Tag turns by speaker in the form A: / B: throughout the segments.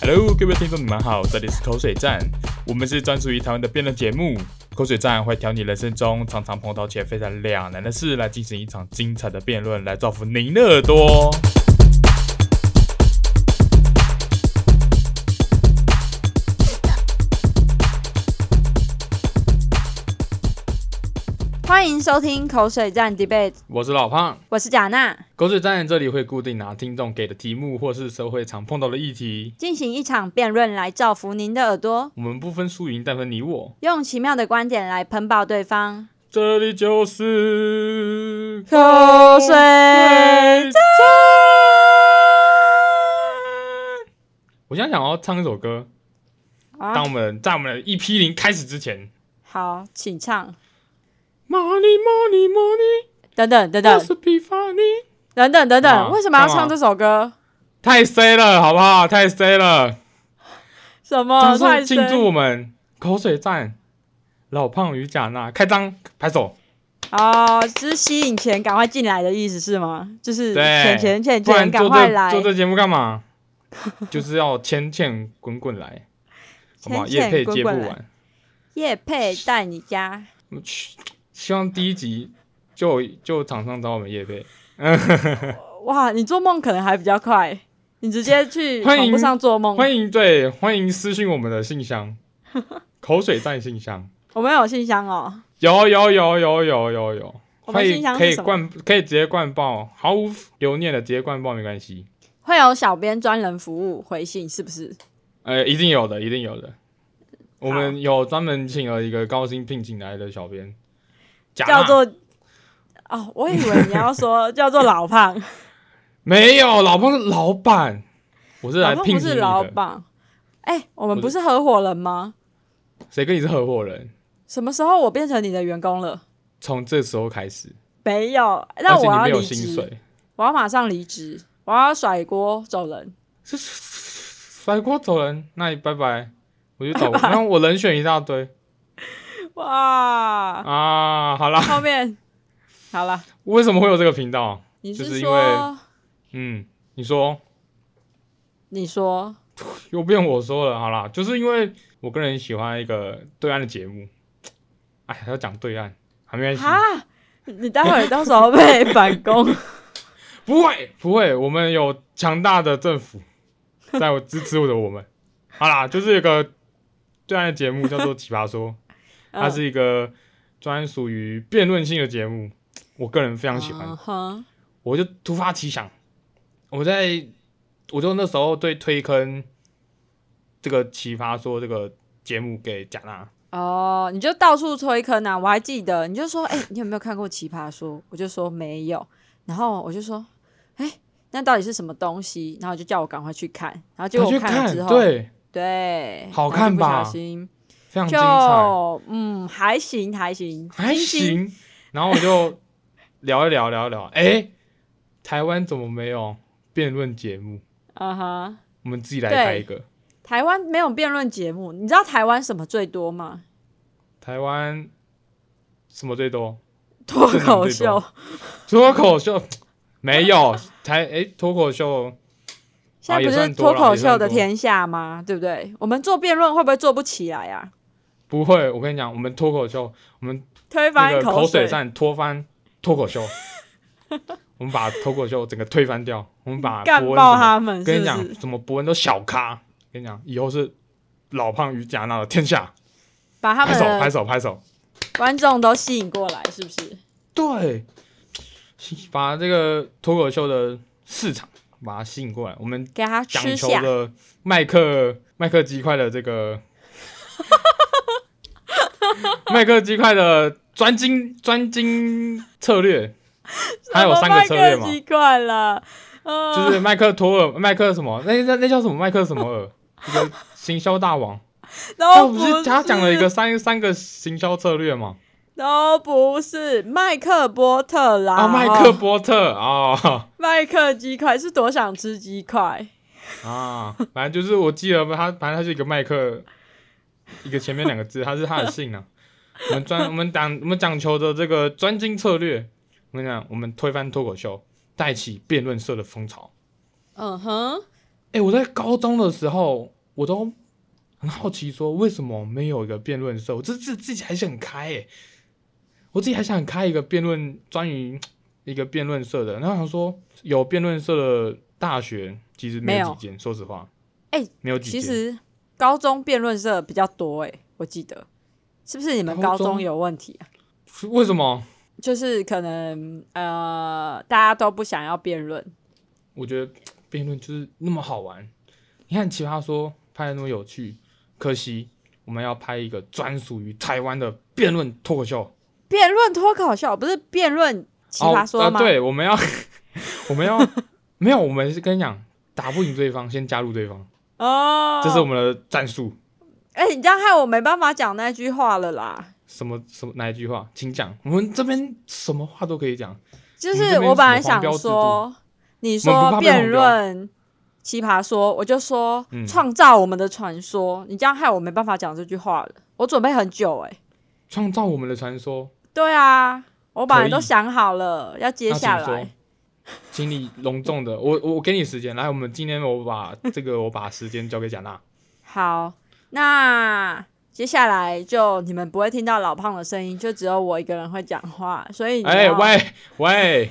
A: Hello，各位听众，你们好，这里是口水站，我们是专属于台湾的辩论节目。口水站会挑你人生中常常碰到且非常两难的事，来进行一场精彩的辩论，来造福您的耳朵。
B: 欢迎收听口水战 debate，
A: 我是老胖，
B: 我是贾娜，
A: 口水站这里会固定拿听众给的题目或是社会常碰到的议题，
B: 进行一场辩论来造福您的耳朵，
A: 我们不分输赢，但分你我。
B: 用奇妙的观点来喷爆对方。
A: 这里就是
B: 口水
A: 站
B: 战。
A: 我现在想要唱一首歌，
B: 啊
A: 当我们在我们的 EP 零开始之前
B: 好，请唱。
A: ，Money Money Money，
B: 等等
A: 这
B: 等等
A: 是 P Funny，
B: 等等等
A: 啊
B: 等，为什么要
A: 干嘛
B: 唱这首歌？
A: 太 C 了，好不好？太 C 了，
B: 什
A: 这
B: 么？
A: 啊是
B: 哦太
A: 庆祝
B: 深
A: 我们口水战老胖与贾娜开张拍手，
B: 哦，只是吸引钱赶快进来的意思是吗？就是
A: 对
B: 钱钱钱
A: 不然
B: 钱
A: 做
B: 赶快
A: 这
B: 来，
A: 做这节目干嘛？就是要钱钱滚滚来，好不好？
B: 钱
A: 夜
B: 钱
A: 配
B: 滚
A: 接不
B: 滚来
A: 完。
B: 叶配带你家。
A: 我们去，希望第一集就就厂商找我们叶配，
B: 哇，你做梦可能还比较快，你直接去
A: 欢迎
B: 床铺上做梦。
A: 欢迎对欢迎私信我们的信 箱，口水站信箱，
B: 我们有信箱哦，
A: 有有有有有有有，
B: 我
A: 可
B: 们
A: 以
B: 信箱
A: 可以
B: 是什么？
A: 灌可以直接灌爆，毫无留念的直接灌爆没关系，
B: 会有小编专人服务回信，是不是？
A: 呃，一定有的，一定有的，我们有专门请了一个高薪聘请来的小编，贾娜
B: 叫做哦，我以为你要说 叫做老胖，
A: 没有老胖是老板，我是来啊
B: 老胖
A: 聘
B: 不
A: 请
B: 是
A: 你
B: 老
A: 的，
B: 板。哎、我
A: 我
B: 们不是合伙人吗？
A: 谁跟你是合伙人？
B: 什么时候我变成你的员工了？
A: 从这时候开始，
B: 没有，那
A: 而且
B: 我
A: 你
B: 要
A: 没有
B: 离
A: 薪
B: 职，
A: 水。
B: 我要马上离职，我要甩锅走人。
A: 是甩锅走人，那你拜拜，我就 走。然后我人选一大堆
B: 哇，
A: 啊，好啦，
B: 后面好了，
A: 为什么会有这个频道？
B: 你
A: 就是因
B: 说
A: 为嗯，你说
B: 你说
A: 又变我说了，好啦，就是因为我个人喜欢一个对岸的节目，哎，还要讲对岸，还没关系，
B: 哈，你待会儿到时候被 反攻。
A: 不会不会，我们有强大的政府 在我支持我的我们，好啦，就是有个对岸的节目叫做《奇葩说》。它
B: 嗯
A: 是一个专属于辩论性的节目，我个人非常喜欢。
B: 嗯哼
A: 我就突发奇想，我在我就那时候对推坑这个奇葩说这个节目给啊贾娜，
B: 哦，你就到处推坑啊！我还记得，你就说，哎、你有没有看过《奇葩说》？我就说没有，然后我就说，哎、那到底是什么东西？然后就叫我赶快去看，然后结果
A: 我去
B: 我了
A: 看
B: 之，后，
A: 对，
B: 对
A: 好
B: 然后就
A: 看吧
B: 不小心
A: 非常精彩，
B: 就嗯，还行还行，
A: 还
B: 星星。
A: 行。然后我就聊一聊，聊一聊，哎、台湾怎么没有辩论节目？
B: 啊哈，
A: 我们自己来
B: 对
A: 开一个。
B: 台湾没有辩论节目，你知道台湾什么最多吗？
A: 台湾什么最多？
B: 脱
A: 最多啊
B: 口秀。
A: 脱口秀没有台诶，脱口秀
B: 现在不
A: 也算
B: 是
A: 多
B: 脱
A: 啦
B: 口
A: 也算
B: 秀的
A: 多
B: 天下吗？对不对？我们做辩论会不会做不起来啊？
A: 不会，我跟你讲，我们脱口秀，我们
B: 推
A: 那
B: 翻
A: 个口
B: 水
A: 水战拖翻脱口秀， 我们把脱口秀整个推翻掉，我们把
B: 干
A: 伯恩
B: 爆
A: 什么
B: 他们，是不
A: 跟
B: 是
A: 你讲，什么伯恩都小咖，跟你讲，以后是老胖与贾娜的天下，
B: 把他
A: 拍
B: 们
A: 手拍
B: 的
A: 手拍手，
B: 观众都吸引过来，是不是？
A: 对，把这个脱口秀的市场把它吸引过来，我们
B: 给他
A: 讲
B: 吃
A: 求
B: 下，
A: 的麦克麦克鸡块的这 个麦克鸡块的专精专精策略，还有三个策略嘛，
B: 奇怪了，呃，
A: 就是麦克托尔麦克什么那那那叫什么麦克什么尔一个行销大王，他
B: 都
A: 不
B: 哦不
A: 是
B: 是
A: 他讲了一个三三个行销策略嘛？
B: 都不是麦克波特啦，
A: 啊，麦克
B: 哦
A: 波特啊
B: 麦克鸡块是多想吃鸡块，
A: 啊，反正就是我记得他，反正他是一个麦克，一个前面两个字，他是他的姓啊。我们专我们讲我们讲求的这个专精策略，我跟你讲，我们推翻脱口秀，带起辩论社的风潮。
B: 嗯哼，
A: 哎、我在高中的时候，我都很好奇，说为什么没有一个辩论社？我这自自己还想开诶、我自己还想开一个辩论，专于一个辩论社的。然后想说有辩论社的大学其实没
B: 没
A: 有
B: 有
A: 几间，说实话，
B: 哎
A: 没有几
B: 其
A: 间。
B: 实高中辩论社比较多哎、我记得是不是你们
A: 高
B: 高
A: 中
B: 中有问题啊？
A: 为什么？
B: 就是可能呃，大家都不想要辩论，
A: 我觉得辩论就是那么好玩。你看《奇葩说》拍的那么有趣，可惜我们要拍一个专属于台湾的辩论脱口秀。
B: 辩论脱口秀不是辩论奇葩
A: 哦
B: 说
A: 呃
B: 吗？
A: 对，我们要， 我们要，没有，我们是跟你讲，打不赢对方，先加入对方，
B: 哦，
A: 这是我们的战术。
B: 哎、你这样害我没办法讲那句话了啦。
A: 什么什么哪一句话，请讲。我们这边什么话都可以讲，
B: 就
A: 我们这
B: 是
A: 边
B: 我本来
A: 是黄
B: 想
A: 标制度
B: 说，你
A: 我们不
B: 说
A: 怕被
B: 辩
A: 黄标
B: 论奇葩说，我就说
A: 嗯
B: 创造我们的传说。你这样害我没办法讲这句话了，我准备很久哎、
A: 创造我们的传说。
B: 对啊，我本
A: 可
B: 来
A: 以
B: 都想好了要接
A: 那
B: 下
A: 请说
B: 来。
A: 请你隆重的，我我我给你时间。来，我们今天我把这个我把时间交给贾娜。
B: 好，那接下来就你们不会听到老胖的声音，就只有我一个人会讲话，所 以你
A: 哎、
B: 要
A: 喂 喂，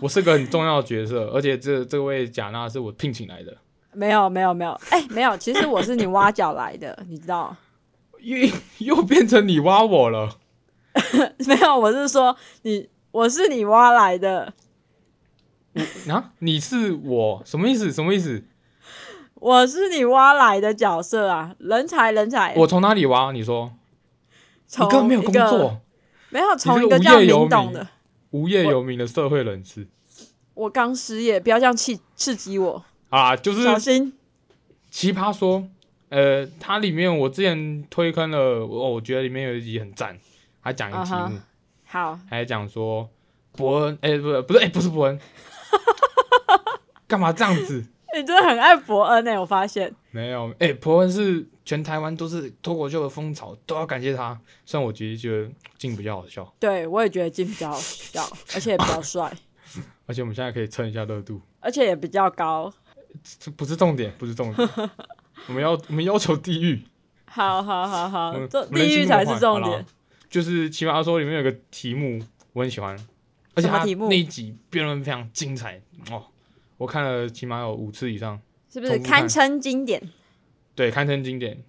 A: 我是个很重要的角色，而且这这位贾娜是我聘请来的，
B: 没有没有没有，哎、没有，其实我是你挖角来的，你知道。
A: 又又变成你挖我了。
B: 没有，我是说你，我是你挖来的。
A: 啊，你是我什么意思？什么意思？
B: 我是你挖来的角色啊，人才人才，
A: 我从哪里挖？你说
B: 从
A: 你根本没有
B: 一
A: 工
B: 个，
A: 作，
B: 没有从
A: 是
B: 一个
A: 无
B: 叫
A: 业游
B: 明董
A: 民
B: 的，
A: 无业游民的社会人士
B: 我刚失业，不要这样气刺激我，
A: 啊，就
B: 小
A: 是
B: 心。
A: 奇葩说。呃，它里面我之前推坑了，哦我我觉得里面有一集很赞，还讲一个题目
B: 啊哈好，
A: 还讲说伯恩，哎、不是不是，哎、不是伯 恩，干嘛这样子？
B: 你真的很爱伯恩欸呢、我发现。
A: 没有，哎、伯恩是全台湾都是脱口秀的风潮，都要感谢他。虽然我其实觉得进比较好笑，
B: 对，我也觉得金比较好笑，而且也比 较帅，
A: 而且我们现在可以蹭一下热度，
B: 而且也比较高。
A: 这不是重点，不是重点。我们要我们要求地狱，
B: 好好好
A: 我
B: 好，
A: 们
B: 这
A: 我嗯们人
B: 地
A: 性
B: 狱
A: 如
B: 才是
A: 幻
B: 重。
A: 好
B: 点
A: 啦。就是《奇葩说》里面有个题目我很喜欢，而且
B: 什么
A: 他
B: 题目
A: 那一集辩论非常精彩哦，我看了起码有五次以上。
B: 是不是
A: 重复看
B: 堪称经典？
A: 对，堪称经典。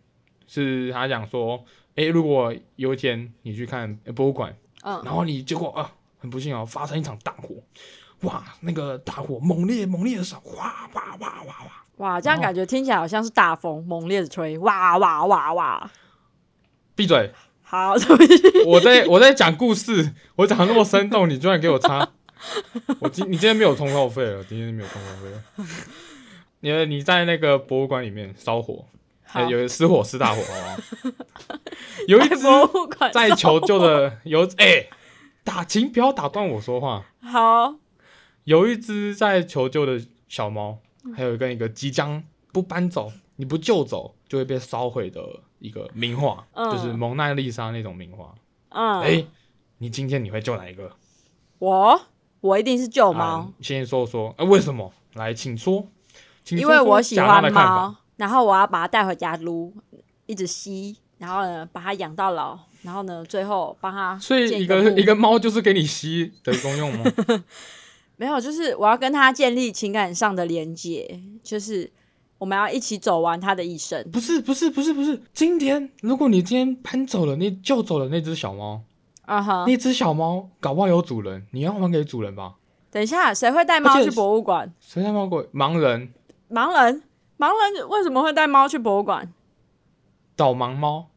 A: 是他讲说，诶，如果有一天你去看呃博物馆，
B: 嗯，
A: 然后你结果啊，很不幸哦，发生一场大火，哇，那个大火猛烈猛烈的烧，哇哇哇哇哇，
B: 哇，这样
A: 哦
B: 感觉听起来好像是大风猛烈的吹，哇哇哇哇！
A: 闭嘴！
B: 好，对不起
A: 我在我在讲故事，我讲得那么生动，你居然给我插，我今你今天没有通告费了，今天没有通告费了。因为你在那个博物馆里面烧火，
B: 好
A: 呃、，有失火失大火，好不好有一
B: 在
A: 只
B: 博物馆
A: 在
B: 上
A: 求救的有哎、打请不要打断我说话。
B: 好，
A: 有一只在求救的小猫，还有跟一个即将不搬走，你不救走就会被烧毁的一个名画，
B: 嗯
A: 就是蒙娜丽莎那种名画。
B: 嗯，
A: 哎、你今天你会救哪一个？
B: 我我一定是救
A: 啊
B: 猫，
A: 先说说，哎、为什么？来，请说。请
B: 因
A: 说
B: 为
A: 说
B: 我喜
A: 贾娜
B: 欢
A: 的看法。
B: 猫，然后我要把它带回家撸，一直吸，然后呢把它养到老，然后呢最后帮它
A: 所以
B: 建
A: 一
B: 个
A: 个
B: 墓
A: 一个猫就是给你吸的功用吗？
B: 没有，就是我要跟它建立情感上的连接，就是我们要一起走完它的一生。
A: 不是不是不是不是，今天如果你今天搬走了，你救走了那只小猫，
B: 啊哈，
A: 那只小猫搞不好有主人，你要还给主人吧？
B: 等一下，谁会带猫
A: 而且
B: 去博物馆？
A: 谁家猫狗？盲人、
B: 盲人，盲人为什么会带猫去博物馆？
A: 导盲猫、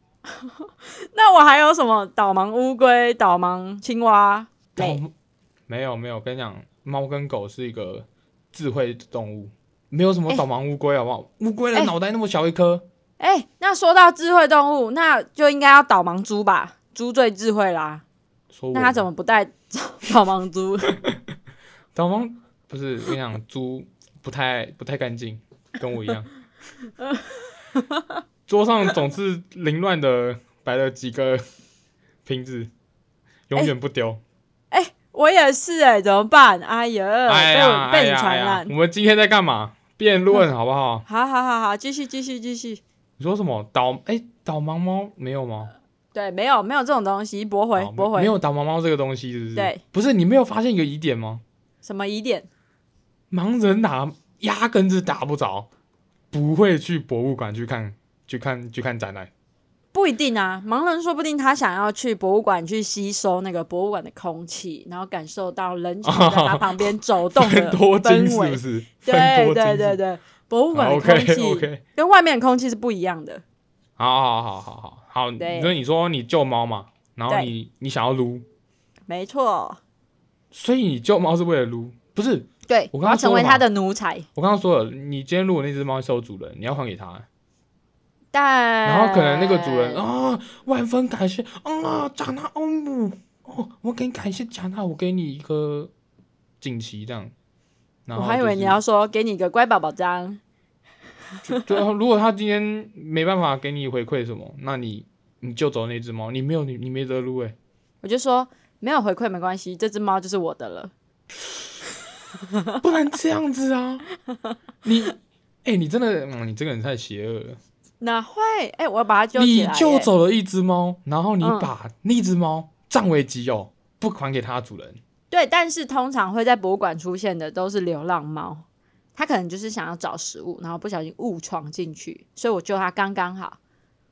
B: 那我还有什么导盲乌龟、导盲青蛙？
A: 导
B: 对，
A: 没有没有，跟你讲，猫跟狗是一个智慧动物，没有什么
B: 哎
A: 导盲乌龟好不好？乌龟的
B: 哎
A: 脑袋那么小一颗，
B: 哎、那说到智慧动物，那就应该要导盲猪吧？猪最智慧啦，
A: 说我
B: 那它怎么不带导盲猪？
A: 导盲？不是跟你讲，猪不太不太干净，跟我一 样。桌上总是凌乱的摆了几个瓶子，
B: 哎
A: 永远不丢。
B: 我也是哎、怎么办？哎呀，
A: 哎
B: 被
A: 呀
B: 我被
A: 哎
B: 你
A: 呀哎
B: 传
A: 呀
B: 染！。
A: 我们今天在干嘛？辩论好不好？
B: 好好好好，继续继续继续。
A: 你说什么导？哎、导盲猫没有吗？
B: 对，没有没有这种东西，驳回
A: 好
B: 驳
A: 哦没
B: 回。
A: 有导盲猫这个东西，是不是？
B: 对，
A: 不是你没有发现一个疑点吗？
B: 什么疑点？
A: 盲人打压根子打不着，不会去博物馆去看去看去看展览。
B: 不一定啊，盲人说不定他想要去博物馆去吸收那个博物馆的空气，然后感受到人群在他旁边走动
A: 分
B: 的
A: 多金
B: 氛
A: 是
B: 围
A: 不。是？分
B: 对
A: 多金
B: 对
A: 是
B: 对对，博物馆
A: 好
B: 的空气
A: OK OK，
B: 跟外面的空气是不一样的。
A: 好好好好好好。
B: 对
A: 所以你说你救猫嘛，然后
B: 对
A: 你你想要撸，
B: 没错，
A: 所以你救猫是为了撸，不是？
B: 对，
A: 我
B: 我
A: 刚刚
B: 要成
A: 说
B: 为
A: 了
B: 他
A: 嘛
B: 的奴才，
A: 我刚刚说了，你今天如果那只猫是有主人，你要还给它。
B: 但
A: 然后可能那个主人啊，万分感谢啊，长大欧姆哦，我给你感谢长大，我给你一个锦旗这样。嗯然
B: 我
A: 后
B: 还以
A: 就
B: 为
A: 是
B: 你要说给你一个乖宝宝章，
A: 对啊，如果他今天没办法给你回馈什么，那你你就走那只猫，你没有你你没得撸哎、
B: 我就说没有回馈没关系，这只猫就是我的了。
A: 不然这样子啊，你哎、你真的、嗯、你这个人太邪恶了，
B: 哪会？哎、我要把它揪起
A: 你
B: 来、
A: 救
B: 哎
A: 走了一只猫，然后你
B: 嗯
A: 把那只猫占为己有，不还给它主人，
B: 对，但是通常会在博物馆出现的都是流浪猫，它可能就是想要找食物，然后不小心误闯进去，所以我救它刚刚好。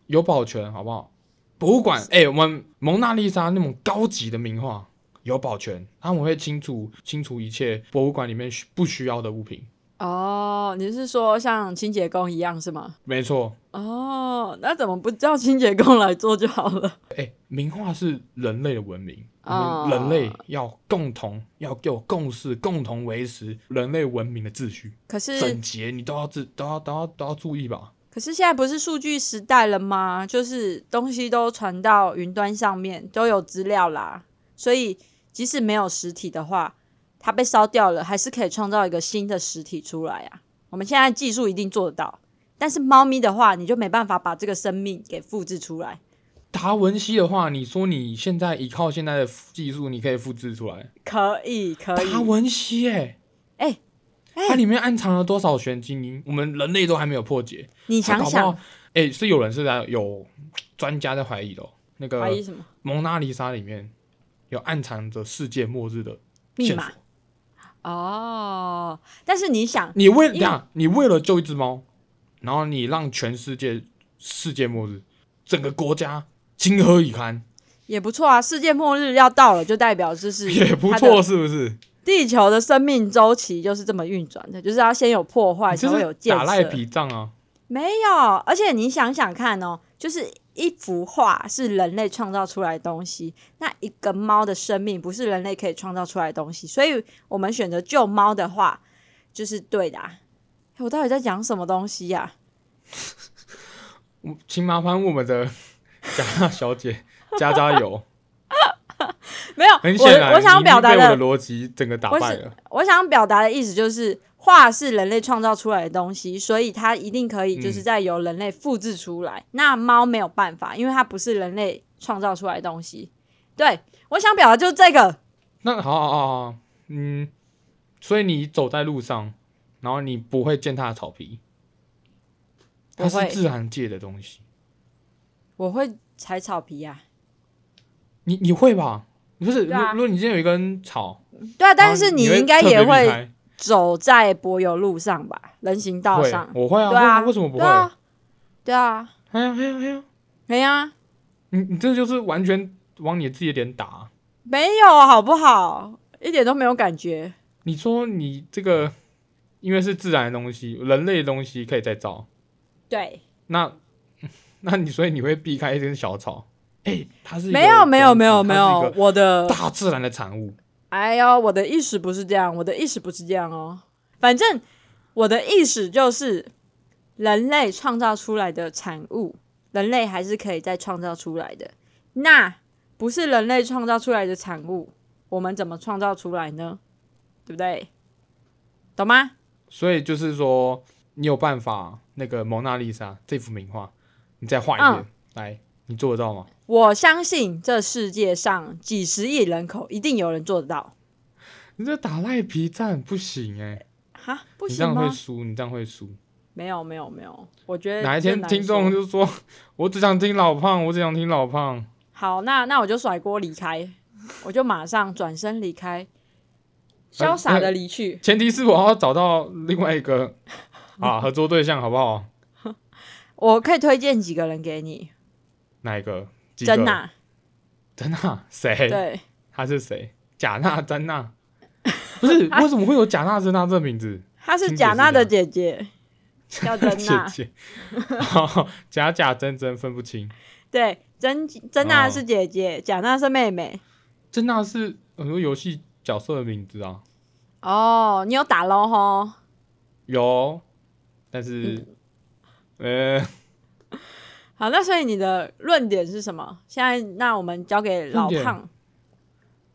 A: 有保全好不好？博物馆，哎、我们蒙娜丽莎那种高级的名画有保全，他们会清除清除一切博物馆里面需不需要的物品。
B: 哦，你是说像清洁工一样是吗？
A: 没错，
B: 哦，那怎么不叫清洁工来做就好了？
A: 哎、名画是人类的文明，
B: 哦
A: 我们人类要共同要有共识，共同维持人类文明的秩序、
B: 可是
A: 整洁，你都要自都要都要都要注意吧。
B: 可是现在不是数据时代了吗？就是东西都传到云端上面，都有资料啦。所以即使没有实体的话，它被烧掉了，还是可以创造一个新的实体出来啊。我们现在技术一定做得到，但是猫咪的话，你就没办法把这个生命给复制出来。
A: 达文西的话，你说你现在依靠现在的技术，你可以复制出来。
B: 可以，可以
A: 达。文西、哎，
B: 哎哎
A: 它里面暗藏了多少玄机？你我们人类都还没有破解。
B: 你
A: 它
B: 想
A: 搞不好
B: 想，，
A: 哎、是有人是在有专家在怀疑的、哦，那个
B: 怀疑
A: 《
B: 什么？
A: 蒙娜丽莎》里面有暗藏着世界末日的
B: 密
A: 线
B: 码
A: 索。
B: 哦，但是你想，
A: 你为
B: 因为
A: 呀，你为了救一只猫，然后你让全世界世界末日，整个国家情何以堪？
B: 也不错啊，世界末日要到了，就代表就是
A: 也不
B: 它的
A: 错，是不是？
B: 地球的生命周期就是这么运转的，就是要先有破坏，
A: 你
B: 才
A: 这
B: 会有
A: 是
B: 建
A: 打赖
B: 设。
A: 皮仗啊！
B: 没有，而且你想想看哦，就是一幅画是人类创造出来的东西，那一个猫的生命不是人类可以创造出来的东西，所以我们选择救猫的话，就是对的、啊。诶我到底在讲什么东西呀、
A: 我请麻烦我们的 佳佳小姐加加 油。
B: 没有，
A: 很显然，
B: 我我想要
A: 你已经
B: 表达
A: 被我的
B: 的
A: 逻辑整个打败了。
B: 我想表达的意思就是，画是人类创造出来的东西，所以它一定可以
A: 嗯
B: 就是在由人类复制出来。那猫没有办法，因为它不是人类创造出来的东西。对，我想表达就是这个。
A: 那好好好好，嗯，所以你走在路上，然后你不会践踏草皮，它
B: 不会
A: 是自然界的东西，
B: 我会踩草皮啊呀、
A: 你你会吧？不是，如
B: 对啊
A: 如果你今天有一根草，
B: 对
A: 然
B: 啊，
A: 后
B: 但是
A: 哦你
B: 应该
A: 特别
B: 也
A: 避
B: 会
A: 开
B: 走在柏油路上吧，人行道
A: 会
B: 上，。
A: 我会啊，
B: 对啊
A: 为为什么不
B: 对
A: 会？
B: 啊，对啊，
A: 哎呀哎呀哎呀，
B: 没啊，
A: 你你这就是完全往你自己的脸打。
B: 没有啊好不好？一点都没有感觉。
A: 你说你这个，因为是自然的东西，人类的东西可以再造，
B: 对，
A: 那 那你所以你会避开一根小草？哎、它是一个
B: 没有没有没有
A: 它
B: 没
A: 是一个
B: 有，我的
A: 大自然的产物。
B: 哎呦，我的意识不是这样，我的意识不是这样哦。反正我的意识就是人类创造出来的产物，人类还是可以再创造出来的。那不是人类创造出来的产物，我们怎么创造出来呢？对不对？懂吗？
A: 所以就是说，你有办法那个蒙娜丽莎这幅名画，你再画一
B: 嗯
A: 遍、来，你做得到吗？
B: 我相信这世界上几十亿人口，一定有人做得到。
A: 你这打赖皮战不行哎、
B: 哈，不
A: 你这
B: 行
A: 样会
B: 吗？
A: 输，你这样会输。
B: 没有没有没有，我觉得
A: 哪一
B: 这
A: 天
B: 难
A: 听众
B: 说
A: 就说， 我只想听老胖，我只想听老胖，
B: 好，那那我就甩锅离开，我就马上转身离开，
A: 呃
B: 潇洒的离去。
A: 前提是我要找到另外一 个啊合作对象，好不好？
B: 我可以推荐几个人给你，
A: 哪一个？几个哎
B: 真？娜，
A: 真娜？ 谁？
B: 对，
A: 他是谁？贾娜、詹 娜？不是，为什么会有贾娜、真娜这名字？
B: 她是贾娜的姐姐，叫真
A: 姐
B: 娜。
A: 姐，好，假假真真分不清。
B: 对，真真娜
A: 哦
B: 是姐姐，贾、娜是妹妹。
A: 真娜是很多游戏角色的名字啊，
B: 哦，你有打喽吼？
A: 有，但是，
B: 嗯
A: 呃，
B: 好，那所以你的论点是什么？现在那我们交给老
A: 论点
B: 胖。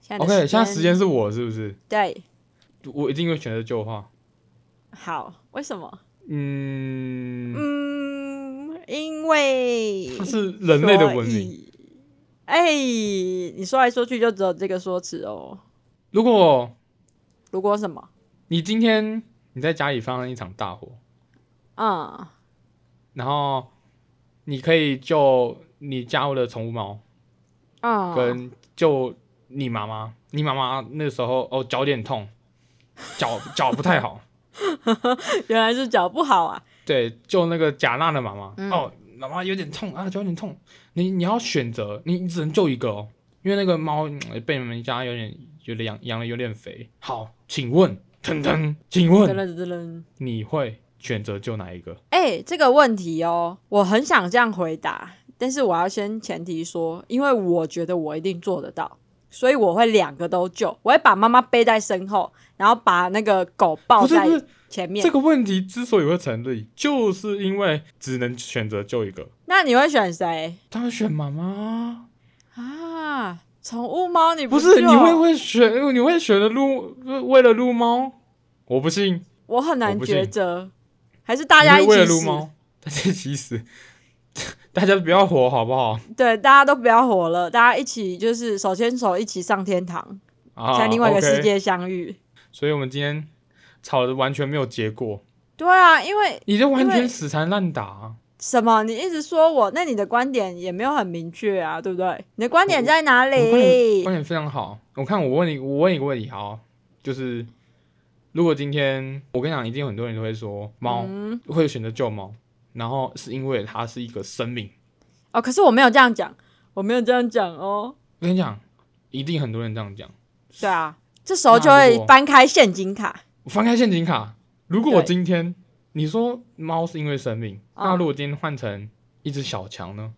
B: 现在的
A: OK，现在时间是我是不是？
B: 对，
A: 我一定会选择旧话。
B: 好，为什么？
A: 嗯，
B: 嗯，因 为
A: 它是人类的文
B: 所
A: 明。
B: 以。哎、你说来说去就只有这个说辞哦。
A: 如果
B: 如果什么，
A: 你今天你在家里发生一场大火，
B: 嗯，
A: 然后你可以救你家的宠物猫，啊
B: 嗯，
A: 跟救你妈妈。你妈妈那时候哦脚有点痛，脚脚不太好，
B: 原来是脚不好啊。
A: 对，救那个贾娜的妈妈、
B: 嗯
A: 哦，妈妈有点痛啊，脚有点痛。你你要选择，你你只能救一个哦，因为那个猫嗯被你们家有点有点养养的有点肥。好，请问腾腾，请
B: 噔
A: 问
B: 噔噔噔。
A: 你会选择救哪一个？
B: 哎、这个问题哦，我很想这样回答，但是我要先前提说，因为我觉得我一定做得到，所以我会两个都救，我会把妈妈背在身后，然后把那个狗抱
A: 不是
B: 在
A: 不是，
B: 前面。
A: 这个问题之所以会成立，就是因为只能选择救一个。
B: 那你会选谁
A: 当然选妈妈，
B: 啊？宠物猫你
A: 不
B: 是
A: 是你会会选，你会选择撸，为了撸猫？我不信，
B: 我很难
A: 我不信
B: 抉择，还是大家一
A: 你会为
B: 起
A: 了撸
B: 死？
A: 猫，但是其实 大家不要火好不好？
B: 对，大家都不要活了，大家一起就是手牵手一起上天堂，
A: 啊，
B: 在另外一个
A: OK
B: 世界相遇。
A: 所以我们今天吵的完全没有结果，
B: 对啊，因为
A: 你这完
B: 因
A: 全
B: 为
A: 死缠烂打啊、
B: 什么？你一直说我，那你的观点也没有很明确啊，对不对？你的观点在哪
A: 我观点
B: 里？
A: 观点非常好。我看我问你，我问你一个问题，好，就是如果今天我跟你讲，一定有很多人都会说猫、
B: 嗯，
A: 会选择救猫，然后是因为它是一个生命。
B: 哦，可是我没有这样讲，我没有这样讲哦。
A: 我跟你讲，一定很多人这样讲。
B: 对啊，这时候就
A: 那如
B: 会
A: 果
B: 翻开现金卡。
A: 我翻开陷阱卡，如果我
B: 对
A: 今天你说猫是因为生命，
B: 嗯
A: 那如果今天换成一只小强呢？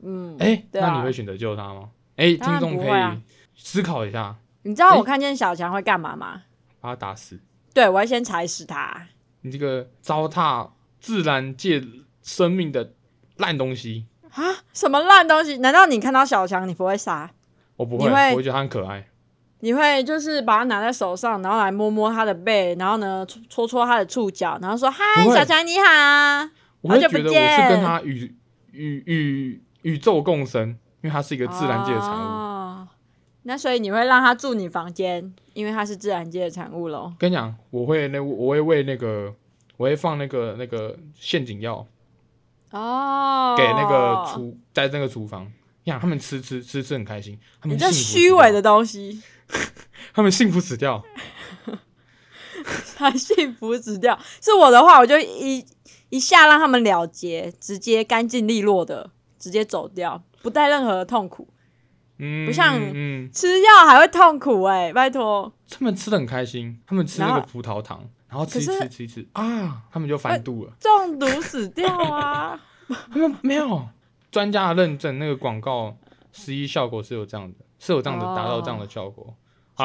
B: 嗯，
A: 哎、
B: 对啊
A: 那你会选择救它吗？哎、
B: 当
A: 听
B: 然
A: 众
B: 不
A: 可
B: 会啊
A: 以思考一下，
B: 你知道我
A: 哎
B: 看见小强会干嘛吗？
A: 把它打死。
B: 对，我会先踩死他。
A: 你这个糟蹋自然界生命的烂东西，
B: 什么烂东西？难道你看到小强你不会杀？
A: 我不
B: 你
A: 会，
B: 会
A: 我会觉得它很可爱。
B: 你会就是把它拿在手上，然后来摸摸它的背，然后呢搓搓搓它的触角，然后说：“嗨，
A: 不会
B: 小强你好啊。
A: 我会
B: 好久不
A: 觉得我是跟它宇宇宇宇宙共生，因为它是一个自然界的产物。
B: 哦那所以你会让它住你房间，因为它是自然界的产物喽。
A: 跟你讲，我会那我会喂那个，我会放那个那个陷阱药
B: 哦，
A: 给那个厨，在那个厨房。你看他们吃吃吃吃很开心，他
B: 你
A: 们
B: 这
A: 幸福
B: 虚
A: 死
B: 伪
A: 掉，
B: 的东西，
A: 他们幸福死掉。
B: 把幸福死掉。是我的话，我就一一下让他们了结，直接干净利落的直接走掉，不带任何痛苦。
A: 嗯，
B: 不像
A: 嗯，嗯
B: 吃药还会痛苦哎、拜托。
A: 他们吃的很开心，他们吃那
B: 然
A: 个
B: 后
A: 葡萄糖，然后吃一吃
B: 可是呃
A: 吃一吃啊，他们就翻肚了。
B: 中毒死掉啊！
A: 他们没有专家的认证，那个广告实际效果是有这样的，是有这样的
B: 哦
A: 达到这样的效果。
B: 所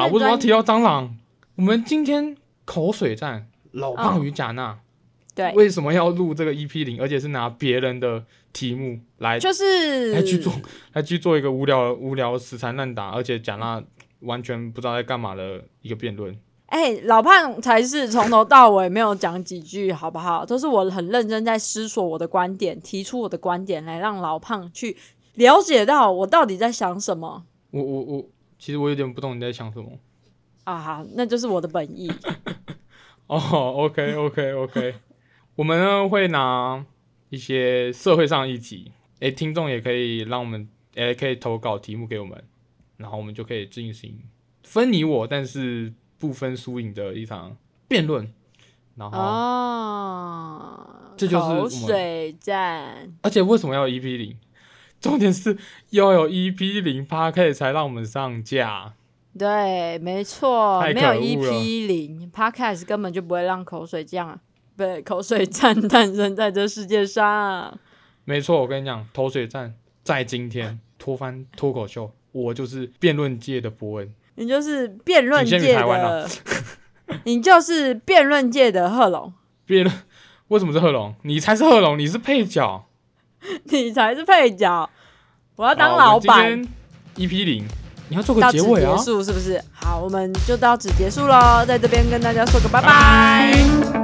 A: 好
B: 以
A: 啦，为什么要
B: 专
A: 提到蟑螂？我们今天口水战，老
B: 哦
A: 胖与贾娜。
B: 对，
A: 为什么要录这个 EP 零，而且是拿别人的题目来
B: 就是
A: 来去做 来去做一个无聊无聊死缠烂打，而且讲那完全不知道在干嘛的一个辩论。
B: 哎、老胖才是从头到尾没有讲几句，好不好？都是我很认真在思索我的观点，提出我的观点来让老胖去了解到我到底在想什么
A: 我我我，其实我有点不懂你在想什么。
B: 啊！好，那就是我的本意。
A: 哦、o k OK OK，我们呢会拿一些社会上的议题，诶、听众也可以让我们，诶、可以投稿题目给我们，然后我们就可以进行分你我，但是不分输赢的一场辩论。然后，
B: 哦，
A: 这就是我们
B: 口水战，
A: 而且为什么要 EP 零？重点是要有 EP 零 p 可以才让我们上架。
B: 对，没错，
A: 太
B: 没有
A: 可恶了
B: EP 零 Podcast 根本就不会让口水酱，不是口水战诞生在这世界上。
A: 没错，我跟你讲，口水战在今天脱翻脱口秀，我就是辩论界的伯恩。
B: 你就是辩论
A: 仅限于
B: 界
A: 台湾啊
B: 的， 你就是辩论界的贺龙，
A: 辩论为什么是贺龙？你才是贺龙，你是配角。
B: 你才是配角。我要当
A: 好
B: 老板，。
A: EP 零，你要做个
B: 到
A: 结
B: 此
A: 尾啊
B: 结。束是不是？好，我们就到此结束喽，在这边跟大家说个拜拜
A: 拜